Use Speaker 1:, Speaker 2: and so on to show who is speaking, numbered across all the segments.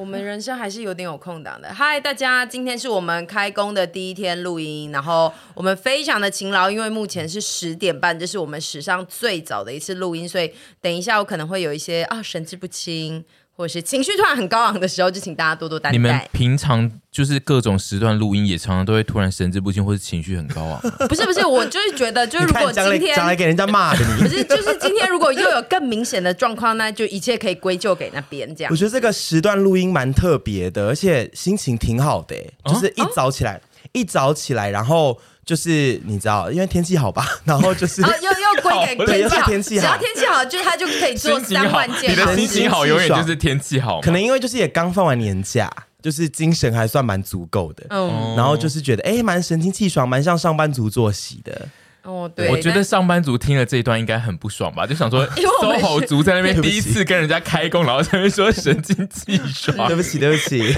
Speaker 1: 我们人生还是有点有空档的。嗨，大家，今天是我们开工的第一天录音，然后我们非常的勤劳，因为目前是十点半，这是我们史上最早的一次录音，所以等一下我可能会有一些啊神志不清，或者是情绪突然很高昂的时候，就请大家多多担
Speaker 2: 你们
Speaker 1: 待。
Speaker 2: 平常就是各种时段录音，也常常都会突然神志不清或者情绪很高啊 昂。
Speaker 1: 不是不是，我就是觉得，就是如果
Speaker 3: 你
Speaker 1: 今
Speaker 3: 看将来
Speaker 1: 天
Speaker 3: 将来给人家骂的
Speaker 1: 不
Speaker 3: 你。啊
Speaker 1: 是，就是今天如果又有更明显的状况，那就一切可以归咎给那边这样
Speaker 3: 我。觉得这个时段录音蛮特别的，而且心情挺好的、欸，
Speaker 1: 啊
Speaker 3: 就是一早起来，一早起来，然后就是你知道，因为天气好吧， 然后就是
Speaker 1: 啊，又又归给
Speaker 3: 对
Speaker 1: 天气好，
Speaker 3: 又天气
Speaker 1: 只
Speaker 3: 好
Speaker 1: 要天气好，就是他就可以做
Speaker 2: 心情
Speaker 1: 三
Speaker 2: 好
Speaker 1: 万，件
Speaker 2: 你
Speaker 1: 好
Speaker 2: 的
Speaker 1: 事。
Speaker 2: 心情好永远就
Speaker 3: 神
Speaker 2: 是天气好嘛。
Speaker 3: 可能因为就是也刚放完年假，就是精神还算蛮足够的，
Speaker 1: 嗯，
Speaker 3: 然后就是觉得哎，蛮、神清气爽，蛮像上班族作息的。
Speaker 1: 哦，对，
Speaker 2: 我觉
Speaker 1: 那
Speaker 2: 得上班族听了这一段应该很不爽吧，就想说
Speaker 1: 因为我们是
Speaker 2: SOHO 族在那边
Speaker 3: 对不
Speaker 2: 第
Speaker 3: 起
Speaker 2: 一次跟人家开工，然后在那边说神清气爽
Speaker 3: 对。不起，对不起，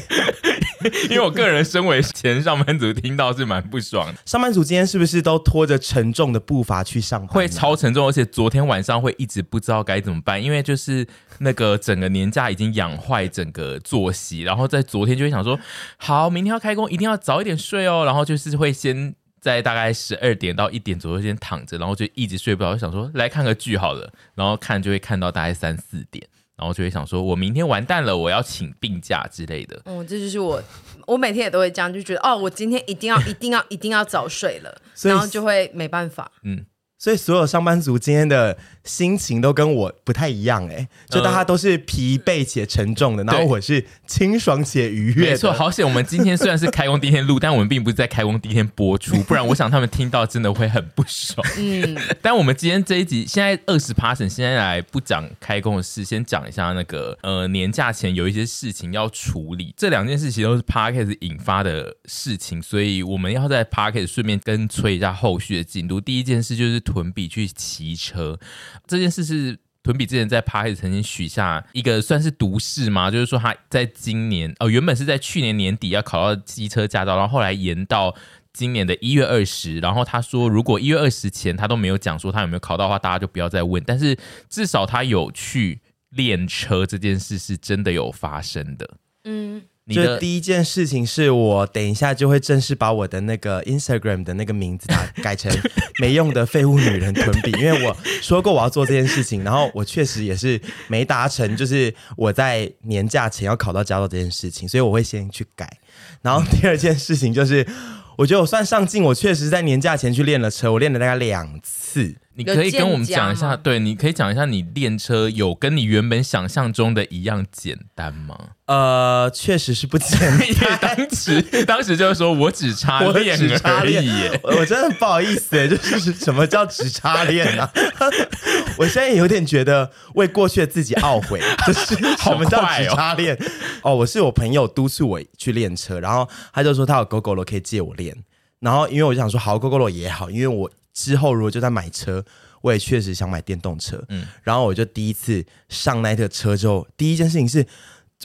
Speaker 2: 因为我个人身为前上班族，听到是蛮不爽的，
Speaker 3: 上班族今天是不是都拖着沉重的步伐去上班呢？
Speaker 2: 会超沉重，而且昨天晚上会一直不知道该怎么办，因为就是那个整个年假已经养坏整个作息，然后在昨天就会想说，好，明天要开工，一定要早一点睡哦，然后就是会先。在大概十二点到一点左右先躺着，然后就一直睡不着，就想说来看个剧好了，然后看就会看到大概三四点，然后就会想说我明天完蛋了，我要请病假之类的。
Speaker 1: 嗯，这就是我，我每天也都会这样，就觉得哦，我今天一定要、一定要、一定要早睡了，
Speaker 3: 所以
Speaker 1: 然后就会没办法。
Speaker 3: 所以所有上班族今天的心情都跟我不太一样哎、就大家都是疲惫且沉重的，然后
Speaker 2: 呃对
Speaker 3: 我是清爽且愉悦的。
Speaker 2: 没错，好险！我们今天虽然是开工第一天录，但我们并不是在开工第一天播出，不然我想他们听到真的会很不爽。
Speaker 1: 嗯，
Speaker 2: 但我们今天这一集，现在二十 passion，现在来不讲开工的事，先讲一下那个呃年假前有一些事情要处理。这两件事情都是 podcast 引发的事情，所以我们要在 podcast 顺便跟催一下后续的进度。第一件事就是屯比去骑车，这件事是。屯比之前在 p a r k 曾经许下一个算是毒誓嘛，就是说他在今年哦，原本是在去年年底要考到机车驾照，然后后来延到今年的一月二十，然后他说，如果一月二十前他都没有讲说他有没有考到的话，大家就不要再问。但是至少他有去练车这件事是真的有发生的。
Speaker 1: 嗯，
Speaker 2: 你
Speaker 3: 就
Speaker 2: 的
Speaker 3: 第一件事情是我等一下就会正式把我的那个 Instagram 的那个名字打改成没用的废物女人屯比，因为我说过我要做这件事情，然后我确实也是没达成，就是我在年假前要考到驾照这件事情，所以我会先去改。然后第二件事情就是，我觉得我算上进，我确实在年假前去练了车，我练了大概两次。
Speaker 2: 你可以跟我们讲一
Speaker 1: 有健家吗
Speaker 2: 下，对，你可以讲一下你练车有跟你原本想象中的一样简单吗？
Speaker 3: 呃，确实是不简单，
Speaker 2: 因为当时当时就是说我只差
Speaker 3: 我
Speaker 2: 练
Speaker 3: 只插
Speaker 2: 而
Speaker 3: 练
Speaker 2: 已耶。
Speaker 3: 我我真的不好意思、欸， 就是什么叫只插练啊？ 我现在有点觉得为过去的自己懊悔， 就是什么叫
Speaker 2: 好快
Speaker 3: 只
Speaker 2: 哦
Speaker 3: 插练？哦，我是我朋友督促我去练车，然后他就说他有 GoGo 可以借我练，然后因为我就想说好 GoGo 也好，因为我之后如果就在买车。我也确实想买电动车，嗯，然后我就第一次上那台车之后，第一件事情是，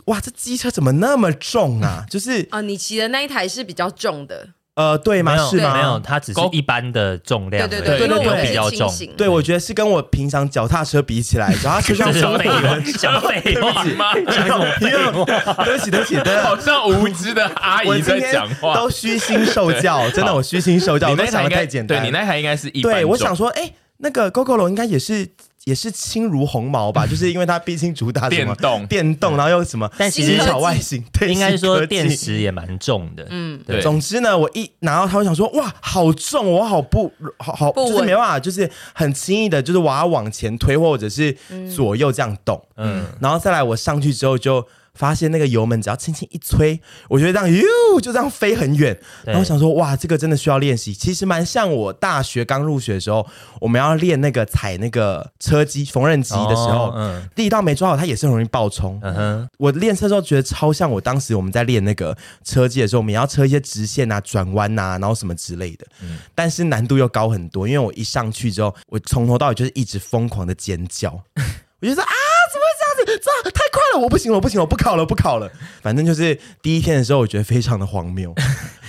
Speaker 3: 哇，这机车怎么那么重啊？就是
Speaker 1: 哦，你骑的那一台是比较重的，
Speaker 3: 呃，对吗？
Speaker 4: 没有
Speaker 3: 是吗？
Speaker 4: 没有，它只是
Speaker 2: 高
Speaker 4: 一般的重量
Speaker 1: 对
Speaker 4: 而已，
Speaker 1: 对对，因
Speaker 3: 对
Speaker 1: 为
Speaker 4: 没
Speaker 1: 我
Speaker 4: 有
Speaker 1: 们
Speaker 4: 比较
Speaker 1: 是轻
Speaker 4: 重。
Speaker 1: 型，
Speaker 3: 对，我觉得是跟我平常脚踏车比 起来，脚踏车
Speaker 4: 这
Speaker 3: 像
Speaker 4: 是
Speaker 3: 生
Speaker 4: 废
Speaker 3: 活。
Speaker 4: 话，讲 废话吗？讲什么
Speaker 3: 因为我对不起，对不起，真的，
Speaker 2: 好像无知的阿
Speaker 3: 我
Speaker 2: 姨
Speaker 3: 今
Speaker 2: 在
Speaker 3: 天
Speaker 2: 讲话
Speaker 3: 都。虚心受 教，真的，
Speaker 2: 好
Speaker 3: 我虚心受教，
Speaker 2: 你
Speaker 3: 我都
Speaker 2: 那台
Speaker 3: 想
Speaker 2: 应
Speaker 3: 的
Speaker 2: 该
Speaker 3: 太简单。
Speaker 2: 对你那台应该是一般
Speaker 3: 对，我
Speaker 2: 重
Speaker 3: 想说，哎，那个 GoGo 龙应该也是也是轻如鸿毛 吧，就是因为它毕竟主打什
Speaker 2: 电
Speaker 3: 么
Speaker 2: 动
Speaker 3: 电动，然后又什么
Speaker 4: 但其实
Speaker 3: 小外形，对，
Speaker 4: 应该是说
Speaker 3: 新科技
Speaker 4: 电。池也蛮重的，
Speaker 1: 嗯，
Speaker 2: 对
Speaker 3: 总之呢，我一拿到它，我想说，哇，好重，我好不好好，
Speaker 1: 不
Speaker 3: 就是
Speaker 1: 稳
Speaker 3: 没办法，就是很轻易的，就是我要往前推，或者是左右这样动。
Speaker 4: 嗯，
Speaker 3: 然后再来我上去之后就发现那个油门只要轻轻一推，我就会这样哟就这样飞很远。
Speaker 4: 对
Speaker 3: 然后我想说哇，这个真的需要练习。其实蛮像我大学刚入学的时候，我们要练那个踩那个车机缝纫机的时候
Speaker 4: 哦。嗯
Speaker 3: 力道没抓好，它也是很容易爆冲。
Speaker 4: 嗯哼，
Speaker 3: 我练车的时候觉得超像我当时我们在练那个车技的时候，我们也要车一些直线啊、转弯啊，然后什么之类的。
Speaker 4: 嗯
Speaker 3: 但是难度又高很多，因为我一上去之后，我从头到尾就是一直疯狂的尖叫， 我就说啊，怎么会这样子？这太快了，我不行了，我不行了，我不考了，我不考了。反正就是第一天的时候，我觉得非常的荒谬。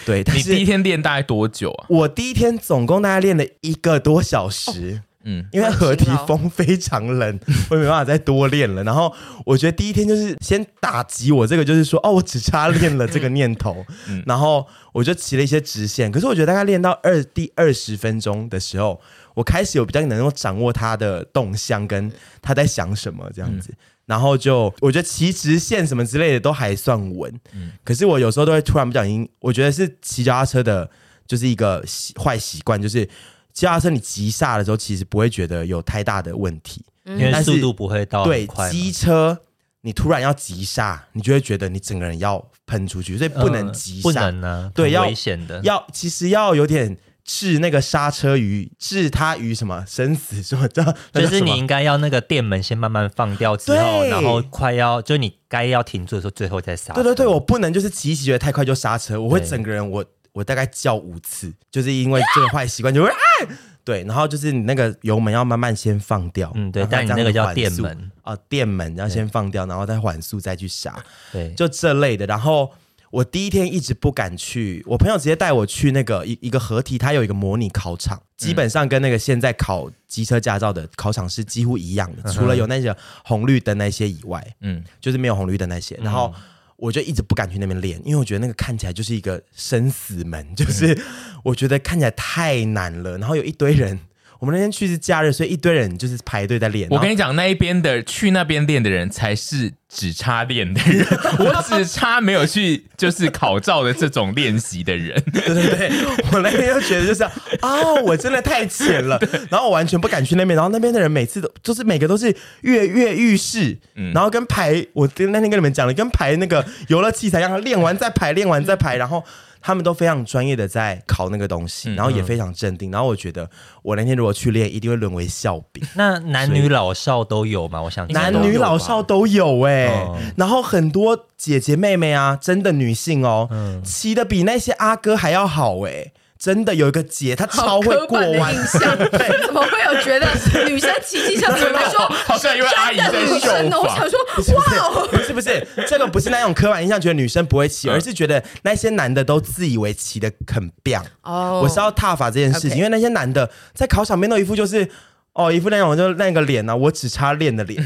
Speaker 3: 对，但
Speaker 2: 你第一
Speaker 3: 是
Speaker 2: 天练大概多久啊？
Speaker 3: 我第一天总共大概练了一个多小时。
Speaker 2: 嗯，
Speaker 3: 因为合体风非常冷，我也没办法再多练了。然后我觉得第一天就是先打击我这个，就是说哦，我只差练了这个 念头。
Speaker 2: 嗯
Speaker 3: 然后我就骑了一些直线，可是我觉得大概练到二第二十分钟的时候，我开始有比较能够掌握他的动向跟他在想什么这样子。
Speaker 2: 嗯
Speaker 3: 然后就我觉得骑直线什么之类的都还算稳，
Speaker 2: 嗯
Speaker 3: 可是我有时候都会突然不小心，我觉得是骑脚踏车的，就是一个习坏习惯，就是骑脚踏车你急刹的时候，其实不会觉得有太大的问题。
Speaker 4: 因
Speaker 1: 嗯
Speaker 4: 为
Speaker 3: 但是
Speaker 4: 速度不会到
Speaker 3: 对
Speaker 4: 哦很快，嘛。
Speaker 3: 机车你突然要急刹，你就会觉得你整个人要喷出去，所以不能
Speaker 4: 呃
Speaker 3: 急
Speaker 4: 不
Speaker 3: 刹，
Speaker 4: 能啊，
Speaker 3: 对
Speaker 4: 很
Speaker 3: 要
Speaker 4: 危险的。
Speaker 3: 要其实要有点置那个刹车于置他于什么生死什么的，那
Speaker 4: 就
Speaker 3: 叫
Speaker 4: 是
Speaker 3: 什
Speaker 4: 你
Speaker 3: 么
Speaker 4: 应该要那个电门先慢慢放掉之后，
Speaker 3: 对
Speaker 4: 然后快要就你该要停住的时候，最后再刹。
Speaker 3: 对对对，我不能就是骑一骑觉得太快就刹车，我会
Speaker 4: 对
Speaker 3: 整个人我我大概叫五次，就是因为这个坏习惯就会啊。 对，然后就是你那个油门要慢慢先放掉，
Speaker 4: 嗯对
Speaker 3: 然后
Speaker 4: 但你
Speaker 3: 这样
Speaker 4: 那个叫
Speaker 3: 缓
Speaker 4: 电
Speaker 3: 速
Speaker 4: 门
Speaker 3: 啊，电门要先放掉，然后再缓速再去刹，
Speaker 4: 对，
Speaker 3: 就这类的。然后我第一天一直不敢去，我朋友直接带我去那个一一个合体，它有一个模拟考场，
Speaker 2: 嗯
Speaker 3: 基本上跟那个现在考机车驾照的考场是几乎一样的，除了有那些红绿灯那些以外，
Speaker 2: 嗯，
Speaker 3: 就是没有红绿灯那些，然后。我就一直不敢去那边练，因为我觉得那个看起来就是一个生死门，就是
Speaker 2: 嗯
Speaker 3: 我觉得看起来太难了。然后有一堆人，我们那天去是假日，所以一堆人就是排队在练。
Speaker 2: 我
Speaker 3: 然后
Speaker 2: 跟你讲，那一边的去那边练的人才是只差练的人，我只差没有去就是考照的这种练习的人。
Speaker 3: 对对对，我那天就觉得就是啊、我真的太浅了，然后我完全不敢去那边，然后那边的人每次都就是每个都是跃跃欲试，然后跟排我那天跟你们讲了，跟排那个游乐器材一样，练完再排，练完再排，然后。他们都非常专业的在考那个东西，然后也非常镇定。然后我觉得，我那天如果去练，一定会沦为笑柄。
Speaker 4: 那男女老少都有嘛？我想应该
Speaker 3: 男
Speaker 4: 都有
Speaker 3: 女老
Speaker 4: 吧
Speaker 3: 少都有哎、
Speaker 4: 哦
Speaker 3: 然后很多姐姐妹妹啊，真的女性哦，骑的比那些阿哥还要好哎、真的有一个姐，她超
Speaker 1: 好
Speaker 3: 会
Speaker 1: 刻
Speaker 3: 过
Speaker 1: 板的
Speaker 3: 弯
Speaker 1: 印， 象，怎么会有觉得女生骑机车？怎么说
Speaker 2: 好像一位阿姨
Speaker 1: 真的
Speaker 2: 在
Speaker 1: 女
Speaker 2: 秀
Speaker 1: 生呢？我
Speaker 2: 法
Speaker 1: 想说，哇哦，
Speaker 3: 不是不是，这个不是那种刻板印象，觉得女生不会骑，
Speaker 2: 嗯
Speaker 3: 而是觉得那些男的都自以为骑的很棒。
Speaker 1: 哦
Speaker 3: 我是要踏法这件事情
Speaker 1: OK
Speaker 3: 因为那些男的在考场边都一副就是。哦，一副那种就那个脸呢、啊，我只差练的脸，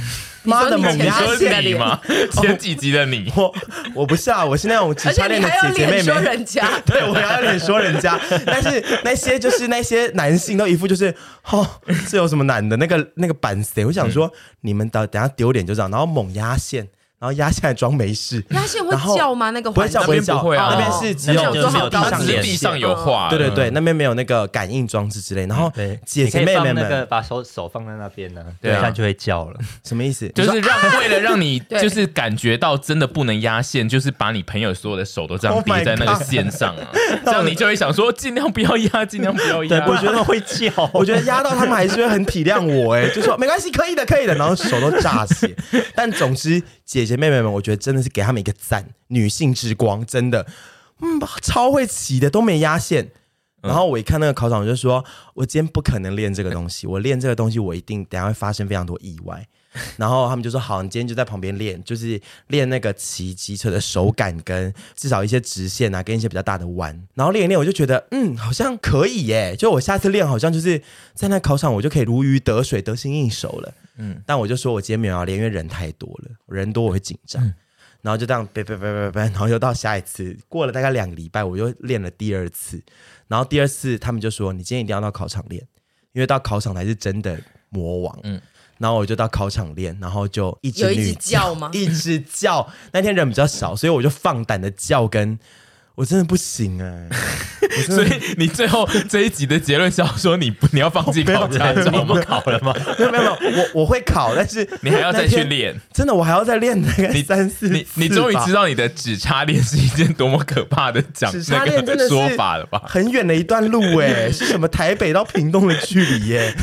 Speaker 3: 妈的
Speaker 1: 你
Speaker 3: 猛
Speaker 1: 前
Speaker 3: 压
Speaker 1: 男
Speaker 2: 说
Speaker 1: 性的
Speaker 3: 线！
Speaker 2: 你
Speaker 1: 脸
Speaker 2: 吗？前几集的你，
Speaker 3: 我我不是啊，我是那种只
Speaker 1: 而且
Speaker 3: 差
Speaker 1: 你
Speaker 3: 练的
Speaker 1: 还
Speaker 3: 姐
Speaker 1: 有
Speaker 3: 姐妹
Speaker 1: 脸说
Speaker 3: 妹。
Speaker 1: 人家，
Speaker 3: 对，我要有脸说人家， 但是那些就是那些男性都一副就是，哦，这有什么难的？那个那个板欸谁？我想说，你们等等下丢脸就这样，然后猛压线，然后压下来装没事，
Speaker 1: 压线
Speaker 3: 然后
Speaker 1: 会叫吗？那个
Speaker 3: 不会
Speaker 1: 环哦
Speaker 3: 叫，
Speaker 1: 境
Speaker 2: 不会叫
Speaker 3: 叫，
Speaker 2: 那边会啊
Speaker 3: 那边是只
Speaker 4: 那
Speaker 3: 有
Speaker 4: 边
Speaker 3: 就
Speaker 4: 就是是
Speaker 3: 有地
Speaker 4: 有
Speaker 2: 他
Speaker 4: 地上
Speaker 3: 上
Speaker 2: 只是
Speaker 3: 连
Speaker 2: 地
Speaker 3: 线
Speaker 2: 上有画，
Speaker 3: 对对
Speaker 2: 嗯
Speaker 3: 对，那边没有那个感应装置之类。然后
Speaker 4: 对，
Speaker 3: 姐
Speaker 4: 你可
Speaker 3: 姐
Speaker 4: 以
Speaker 3: 妹
Speaker 4: 放
Speaker 3: 妹
Speaker 4: 那个
Speaker 3: 们
Speaker 4: 把手手放在那边呢，
Speaker 2: 对
Speaker 4: 对，
Speaker 2: 啊
Speaker 4: 这样就会叫了。
Speaker 3: 什么意思？
Speaker 2: 就是让为了让你
Speaker 1: 对
Speaker 2: 就是感觉到真的不能压线，就是把你朋友所有的手都这样
Speaker 3: Oh
Speaker 2: 叠
Speaker 3: my
Speaker 2: 在那个
Speaker 3: God
Speaker 2: 线上 啊，这样你就会想说尽量不要压，尽量不要 压。
Speaker 4: 觉得会叫，
Speaker 3: 啊 我觉得压到他们还是会很体谅我、哎，就说没关系，可以的，可以的，然后手都炸血。但总之，姐姐妹妹们，我觉得真的是给他们一个赞，女性之光，真的，嗯，超会骑的，都没压线。然后我一看那个考场，我就说，我今天不可能练这个东西，我练这个东西，我一定等一下会发生非常多意外。然后他们就说：“好，你今天就在旁边练，就是练那个骑机车的手感跟至少一些直线啊，跟一些比较大的弯。”然后练一练，我就觉得嗯，好像可以耶。就我下次练，好像就是在那考场，我就可以如鱼得水，得心应手了。嗯，但我就说我今天没有要练，因为人太多了，人多我会紧张。然后就这样，别别别别别，然后又到下一次，过了大概两个礼拜，我又练了第二次。然后第二次他们就说：“你今天一定要到考场练，因为到考场才是真的魔王。”嗯。然后我就到考场练，然后就一直
Speaker 1: 有一直
Speaker 3: 女
Speaker 1: 叫吗
Speaker 3: 一直叫。那天人比较少，所以我就放胆的叫跟，我真的不行哎、
Speaker 2: 所以你最后这一集的结论是要说你不你要放弃考 驾
Speaker 4: 对
Speaker 2: 照
Speaker 4: 你不
Speaker 2: 吗？
Speaker 4: 考了吗？
Speaker 3: 没有没有，没有我我会考，但是
Speaker 2: 你还要再去
Speaker 3: 那天，
Speaker 2: 练。
Speaker 3: 真的我还要再练那个
Speaker 2: 你
Speaker 3: 三四
Speaker 2: 你你终于知
Speaker 3: 道
Speaker 2: 道你的只差练是一件多么可怕的讲
Speaker 3: 只差
Speaker 2: 那
Speaker 3: 练真的
Speaker 2: 个
Speaker 3: 是
Speaker 2: 说法了吧？
Speaker 3: 很远的一段路哎、 是什么台北到屏东的距离耶、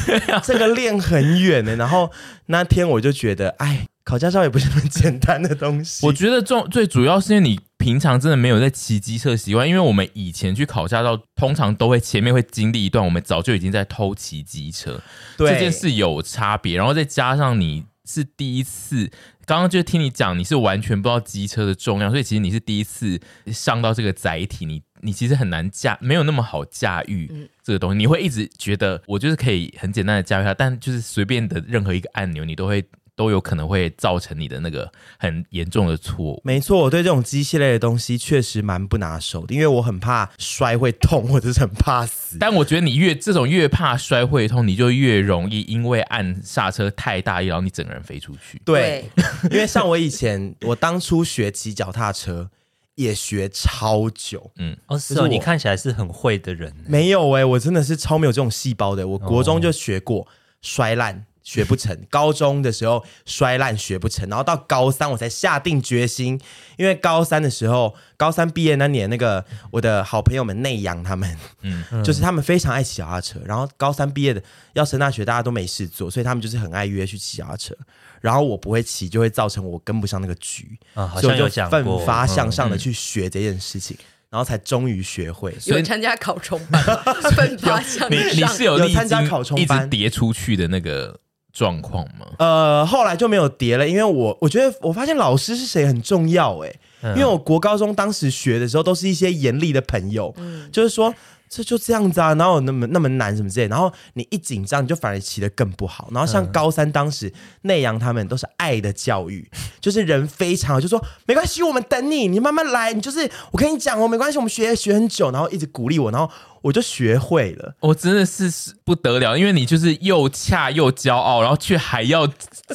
Speaker 3: 这个练很远哎呢、然后那天我就觉得，哎，考驾照也不是那么简单的东西。
Speaker 2: 我觉得重最主要是因为你平常真的没有在骑机车习惯，因为我们以前去考驾照，通常都会前面会经历一段我们早就已经在偷骑机车
Speaker 3: 对
Speaker 2: 这件事有差别，然后再加上你是第一次。刚刚就听你讲，你是完全不知道机车的重量，所以其实你是第一次上到这个载体，你你其实很难驾，没有那么好驾驭这个东西。你会一直觉得我就是可以很简单的驾驭它，但就是随便的任何一个按钮，你都会都有可能会造成你的那个很严重的错误。
Speaker 3: 没错，我对这种机械类的东西确实蛮不拿手的，因为我很怕摔会痛，或者是很怕死。
Speaker 2: 但我觉得你越这种越怕摔会痛，你就越容易因为按刹车太大意，然后你整个人飞出去。
Speaker 3: 对，因为像我以前，我当初学骑脚踏车也学超久，
Speaker 4: 哦，是
Speaker 3: 就是我
Speaker 4: 哦，你看起来是很会的 人呢，
Speaker 3: 没有哎、我真的是超没有这种细胞的。我国中就学
Speaker 4: 哦
Speaker 3: 过，摔烂学不成；高中的时候摔烂学不成，然后到高三我才下定决心，因为高三的时候，高三毕业那年，那个我的好朋友们内阳他们，嗯，就是他们非常爱骑脚踏车，然后高三毕业的要升大学，大家都没事做，所以他们就是很爱约去骑脚踏车。然后我不会骑，就会造成我跟不上那个局，
Speaker 4: 啊好像
Speaker 3: 所以我就
Speaker 4: 有讲
Speaker 3: 奋
Speaker 4: 过
Speaker 3: 发
Speaker 4: 嗯
Speaker 3: 向上的去学这件事情，然后才终于学会。
Speaker 2: 所
Speaker 1: 有
Speaker 2: 以
Speaker 1: 参加考重班 吗，奋发向上。
Speaker 2: 你你是有
Speaker 3: 有
Speaker 2: 历
Speaker 3: 参加
Speaker 2: 经
Speaker 3: 考冲
Speaker 2: 一直
Speaker 3: 班
Speaker 2: 跌出去的那个状况吗？
Speaker 3: 呃，后来就没有叠了，因为我我觉得我发现老师是谁很重要哎、
Speaker 2: 嗯
Speaker 3: 因为我国高中当时学的时候都是一些严厉的朋友，就是说这就这样子啊，哪有那么那么难什么之类的，然后你一紧张你就反而骑得更不好，然后像
Speaker 2: 嗯
Speaker 3: 高三当时内阳他们都是爱的教育，就是人非常好，就说没关系，我们等你，你慢慢来，你就是我跟你讲哦，没关系，我们学学很久，然后一直鼓励我，然后我就学会了。
Speaker 2: 我真的是不得了，因为你就是又恰又骄傲，然后却还要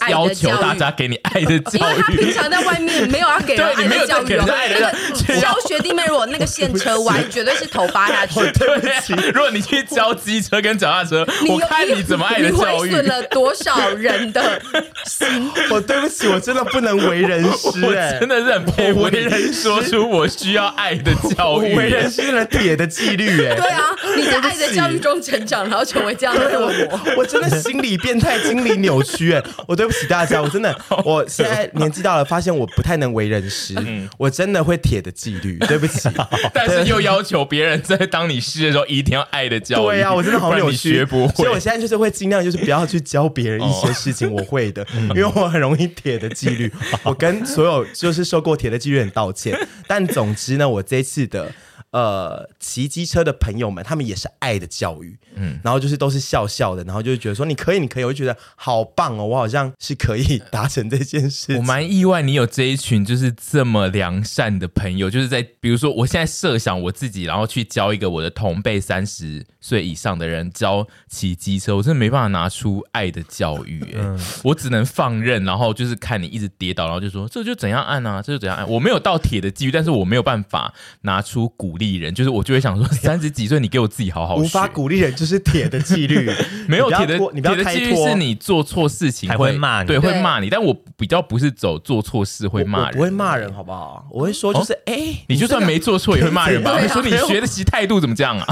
Speaker 1: 爱的
Speaker 2: 要求
Speaker 1: 教育
Speaker 2: 大家给你爱的教
Speaker 1: 因为他
Speaker 2: 育。
Speaker 1: 平常在外面没有要给人
Speaker 2: 对
Speaker 1: 爱
Speaker 2: 你没有
Speaker 1: 的
Speaker 2: 在
Speaker 1: 教
Speaker 2: 给
Speaker 1: 育
Speaker 2: 人
Speaker 1: 哦，
Speaker 2: 爱的
Speaker 1: 那 个教学弟妹如果那个线车歪，绝对是头发下 去。
Speaker 2: 对啊不起，如果你去教机车跟脚踏车，
Speaker 1: 你
Speaker 2: 我
Speaker 1: 有
Speaker 2: 看你怎么爱的
Speaker 1: 你
Speaker 2: 教
Speaker 1: 毁
Speaker 2: 育。
Speaker 1: 损了多少人 的心？
Speaker 3: 我对不起，我真的不能为人师、
Speaker 2: 我
Speaker 3: 哎。
Speaker 2: 真的是很佩服你，说出我需要爱的教
Speaker 3: 我
Speaker 2: 育。
Speaker 3: 为人师的铁的纪律哎、
Speaker 1: 对啊，你在爱的教育中成长，然后成为这样的恶魔。
Speaker 3: 我真的心理变态、心理扭曲哎、我对不起大家，我真的，我现在年纪大了，发现我不太能为人师，我真的会铁的纪律，对不 起。
Speaker 2: 但是又要求别人在当你师的时候一定要爱的教育。
Speaker 3: 对啊，我真的好
Speaker 2: 不然
Speaker 3: 扭
Speaker 2: 你
Speaker 3: 曲，
Speaker 2: 学不
Speaker 3: 所以我
Speaker 2: 会。
Speaker 3: 现在就是会尽量就是不要去教别人一些事情，我会的，
Speaker 2: 哦
Speaker 3: 因为我很容易铁的纪律。我跟所有就是受过铁的纪律的人道 歉。但总之呢，我这次的。呃，骑机车的朋友们，他们也是爱的教育，嗯，然后就是都是笑笑的，然后就觉得说你可以，你可以，我就觉得好棒哦，我好像是可以达成这件事情。
Speaker 2: 我蛮意外，你有这一群就是这么良善的朋友，就是在比如说，我现在设想我自己，然后去教一个我的同辈三十岁以上的人教骑机车，我真的没办法拿出爱的教育、欸，
Speaker 3: 嗯
Speaker 2: 我只能放任，然后就是看你一直跌倒，然后就说这就怎样按啊，这就怎样按。我没有到铁的纪律，但是我没有办法拿出鼓励人，就是我就会想说，三十几岁你给我自己好好学，。
Speaker 3: 哎无法鼓励人，就是铁的纪律
Speaker 2: 没有
Speaker 3: 你不
Speaker 2: 铁
Speaker 3: 要
Speaker 2: 的
Speaker 3: 拖，你不要
Speaker 2: 铁的
Speaker 3: 开
Speaker 2: 纪律
Speaker 3: 脱
Speaker 2: 是你做错事情
Speaker 4: 还会骂你
Speaker 2: 对，
Speaker 1: 对
Speaker 2: 会骂你。但我比较不是走做错事会
Speaker 3: 我
Speaker 2: 骂
Speaker 3: 我不会
Speaker 2: 人，
Speaker 3: 骂人，好不好？我会说就是，哎、
Speaker 2: 哦你就算没做错也会骂人吧？
Speaker 1: 对啊
Speaker 2: 会说你学的习态度怎么这 样啊？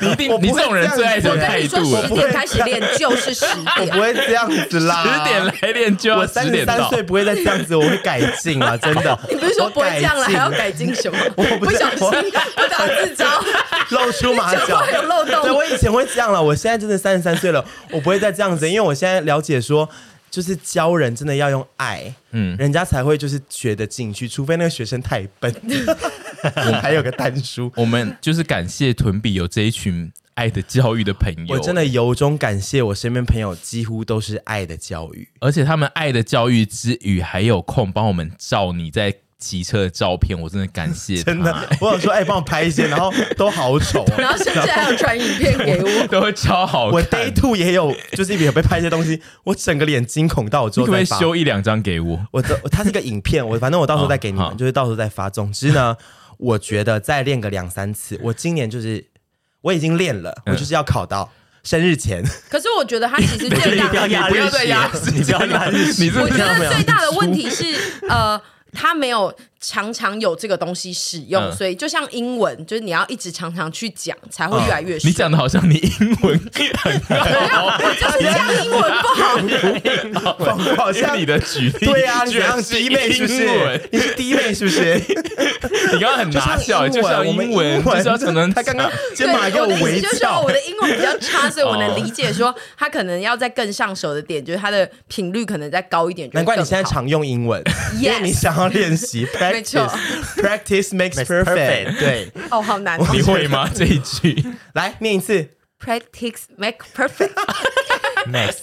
Speaker 2: 你一定
Speaker 3: 我不
Speaker 2: 你
Speaker 3: 会
Speaker 2: 这种人最爱这
Speaker 1: 我
Speaker 2: 种
Speaker 1: 跟
Speaker 2: 态
Speaker 1: 你说，
Speaker 2: 度啊
Speaker 1: 十！点开始练就是十
Speaker 3: 我不
Speaker 1: 点。
Speaker 3: 会这样子啦。
Speaker 2: 十点来练就要
Speaker 3: 我三
Speaker 2: 十
Speaker 3: 十
Speaker 2: 点
Speaker 3: 三
Speaker 2: 到。
Speaker 3: 岁不会再这样子，我会改进啊，真的。
Speaker 1: 你不是说不会这样了，
Speaker 3: 我
Speaker 1: 还
Speaker 3: 改进
Speaker 1: 要改进 什么？
Speaker 3: 我不
Speaker 1: 不
Speaker 3: 是
Speaker 1: 小心
Speaker 3: 我
Speaker 1: 不打自招，
Speaker 3: 露出马
Speaker 1: 你讲
Speaker 3: 脚
Speaker 1: 话有漏洞
Speaker 3: 对，我以前会这样了，我现在真的三十三岁了，我不会再这样子，因为我现在了解说。就是教人真的要用爱，嗯，人家才会就是学得进去，除非那个学生太 笨，还有个蛋叔，
Speaker 2: 我们就是感谢屯比有这一群爱的教育的朋友，
Speaker 3: 我真的由衷感谢我身边朋友几乎都是爱的教育，
Speaker 2: 而且他们爱的教育之余，还有空帮我们照你在骑车的照片，我真的感谢他。
Speaker 3: 真的，我有说哎帮我拍一些，然后都好丑、哦。
Speaker 1: 然后甚至还有传影片给我。
Speaker 2: 都会超好看，
Speaker 3: 我 day two 也有，就是有被拍一些东西，我整个脸惊恐到我之
Speaker 2: 你
Speaker 3: 后
Speaker 2: 可不可
Speaker 3: 再
Speaker 2: 以
Speaker 3: 发。
Speaker 2: 修一两张给我？
Speaker 3: 我的它是个影片，我反正我到时候再给你
Speaker 2: 好好
Speaker 3: 们，就是到时候再发。总之呢，我觉得再练个两三次，我今年就是我已经练了，
Speaker 2: 嗯
Speaker 3: 我就是要考到生 日前。
Speaker 1: 可是我觉得他其实最大的，
Speaker 2: 不要再压时间了，你这
Speaker 1: 我觉
Speaker 2: 是
Speaker 1: 得最大的问题是，呃，他没有常常有这个东西使用，
Speaker 2: 嗯
Speaker 1: 所以就像英文，就是你要一直常常去讲，才会越来越熟。
Speaker 3: 哦
Speaker 2: 你讲的好像你英文很
Speaker 1: 我就是这样，英文不好，
Speaker 2: 好，
Speaker 3: 好像
Speaker 2: 因为你的举例，
Speaker 3: 对啊，你
Speaker 2: 居
Speaker 3: 怎
Speaker 2: 然
Speaker 3: 样
Speaker 2: 是
Speaker 3: 弟妹是不
Speaker 2: 英文
Speaker 3: 是？你是弟妹是不是？
Speaker 2: 你刚刚很拿笑，
Speaker 3: 就
Speaker 2: 就
Speaker 3: 像
Speaker 2: 像
Speaker 3: 英文
Speaker 2: 英文，
Speaker 3: 我们英文
Speaker 2: 就是要怎么能
Speaker 3: 他刚 刚
Speaker 1: 对，
Speaker 3: 肩膀给
Speaker 1: 我的意
Speaker 3: 微
Speaker 1: 思就是说，
Speaker 3: 翘
Speaker 1: 我，的英文比较差，所以我能
Speaker 2: 哦
Speaker 1: 理解说他可能要在更上手的点，就是他的频率可能再高一点。
Speaker 3: 难怪你现在
Speaker 1: 长。
Speaker 3: 常用 英文，因为
Speaker 1: Yes
Speaker 3: 你想要练习
Speaker 1: 没错
Speaker 3: practice practice makes
Speaker 4: Makes
Speaker 3: perfect。
Speaker 4: perfect
Speaker 3: 对，
Speaker 1: 哦，好 难哦。
Speaker 2: 你会吗？ 这一句
Speaker 3: 来念一次
Speaker 1: practice make perfect
Speaker 4: Max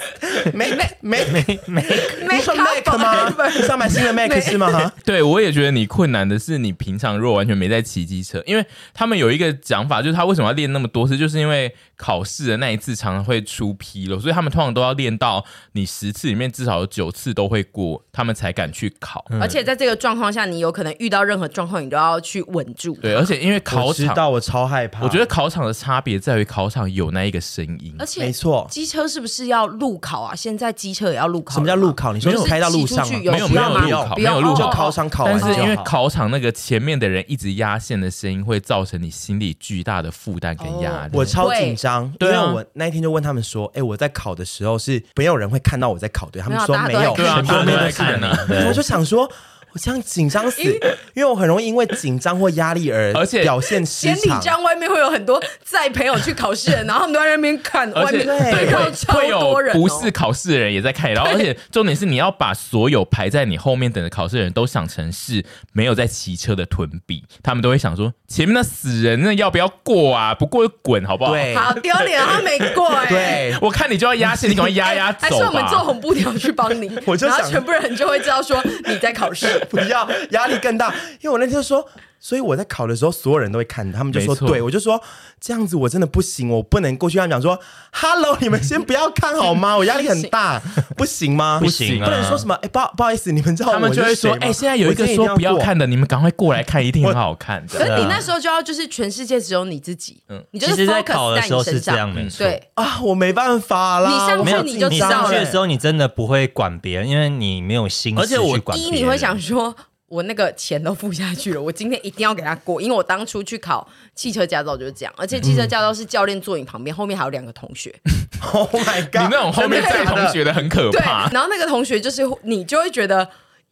Speaker 3: make make。你
Speaker 1: make
Speaker 3: 说 Mac 吗
Speaker 1: up？？
Speaker 3: 你想买新的 Mac
Speaker 1: 没
Speaker 3: 是吗？
Speaker 2: 对我也觉得你困难的是，你平常如果完全没在骑机车，因为他们有一个讲法，就是他为什么要练那么多次，就是因为考试的那一次常常会出纰漏，所以他们通常都要练到你十次里面至少有九次都会过，他们才敢去考。
Speaker 3: 嗯
Speaker 1: 而且在这个状况下，你有可能遇到任何状况，你都要去稳住。
Speaker 2: 对，而且因为考
Speaker 3: 我知
Speaker 2: 场，
Speaker 3: 道，我超害怕。
Speaker 2: 我觉得考场的差别在于考场有那一个声音，
Speaker 1: 而且
Speaker 3: 没错
Speaker 1: 机车是不是要路考啊？现在机车也要路考了吗。
Speaker 3: 什么叫路考？你说
Speaker 1: 就是
Speaker 3: 开到路
Speaker 1: 骑出
Speaker 3: 上
Speaker 1: 去
Speaker 3: 吗
Speaker 1: 有
Speaker 2: 没有
Speaker 1: 需要
Speaker 2: 没有
Speaker 1: 吗
Speaker 2: 路考
Speaker 1: 不要
Speaker 2: 没有路
Speaker 1: 哦
Speaker 2: 考
Speaker 3: 就
Speaker 1: 哦
Speaker 3: 考
Speaker 1: 哦
Speaker 3: 场考完
Speaker 2: 但
Speaker 3: 就是
Speaker 2: 因为
Speaker 3: 好
Speaker 2: 考场那个前面的人一直压线的声音，会造成你心里巨大的负担跟压力。
Speaker 3: 我超紧张，因
Speaker 2: 对
Speaker 3: 为
Speaker 2: 啊
Speaker 3: 我那一天就问他们说：“哎，我在考的时候是没有人会看到我在考，对他们
Speaker 1: 没有
Speaker 3: 说
Speaker 1: 大家
Speaker 3: 没
Speaker 1: 都在
Speaker 3: 有，
Speaker 1: 看对啊
Speaker 3: 全部
Speaker 2: 大家
Speaker 3: 没有
Speaker 2: 都
Speaker 3: 人
Speaker 2: 在看啊
Speaker 3: 看我就想说。”我这样紧张死，因为我很容易因为紧张或压力而
Speaker 2: 而且
Speaker 3: 表现失
Speaker 1: 典礼
Speaker 3: 常。
Speaker 1: 章外面会有很多载朋友去考试的，然后他们都在那边看
Speaker 2: 而
Speaker 1: 外
Speaker 2: 且
Speaker 1: 面，
Speaker 3: 对
Speaker 1: 看到
Speaker 2: 会
Speaker 1: 超
Speaker 2: 会有
Speaker 1: 多人哦。
Speaker 2: 不是考试的人也在看，然后而且重点是你要把所有排在你后面等着考试的人都想成是没有在骑车的屯比，他们都会想说前面那死人那要不要过啊？不过就滚好不好？
Speaker 3: 对
Speaker 1: 好丢脸，他没过哎。
Speaker 3: 对，
Speaker 2: 我看你就要压线，你赶快压压
Speaker 1: 还是哎我
Speaker 2: 走
Speaker 1: 们做
Speaker 2: 吧。
Speaker 1: 红布条去帮你，
Speaker 3: 我就
Speaker 1: 然后
Speaker 3: 想
Speaker 1: 全部人就会知道说你在考试。
Speaker 3: 不要压力更大，因为我那天就说，所以我在考的时候，所有人都会看，他们就说
Speaker 2: 没错
Speaker 3: 对，我就说这样子我真的不行，我不能过去跟他们讲说，Hello，你们 先不要看好吗？我压力很大，不行吗？
Speaker 4: 不行啊
Speaker 3: 不能说什么，哎，不好不好意思，你们知道
Speaker 2: 他们
Speaker 3: 我
Speaker 2: 就是会说
Speaker 3: 谁：“吗
Speaker 2: 哎、现在有一个说不要，看的，你们赶快过来看，一定很好看。”这
Speaker 1: 可
Speaker 2: 样
Speaker 1: 是你那时候就要就是全世界只有你自己，嗯，你就
Speaker 4: 其
Speaker 1: 是
Speaker 4: 实，在
Speaker 1: focus
Speaker 4: 考的
Speaker 1: 在
Speaker 4: 时候
Speaker 1: 你
Speaker 4: 是
Speaker 1: 身
Speaker 4: 这样，
Speaker 1: 上。
Speaker 4: 没错。
Speaker 1: 嗯对，
Speaker 3: 啊，我没办法啦，
Speaker 1: 你上去
Speaker 3: 我
Speaker 1: 没有
Speaker 3: 紧
Speaker 1: 你就
Speaker 3: 张哎
Speaker 1: 知
Speaker 4: 你
Speaker 1: 道
Speaker 4: 上去
Speaker 1: 了
Speaker 4: 的时候，你真的不会管别人，因为你没有心思
Speaker 2: 而且我
Speaker 4: 去管
Speaker 1: 一
Speaker 4: 别
Speaker 1: 你会
Speaker 4: 人
Speaker 1: 想说。我那个钱都付下去了，我今天一定要给他过，因为我当初去考汽车驾照就是这样，而且汽车驾照是教练坐你旁边，后面还有两个同学，
Speaker 3: ，Oh my god，
Speaker 2: 你那种后面载同学的很可
Speaker 1: 对，
Speaker 2: 怕。
Speaker 1: 然后那个同学就是你就会觉得。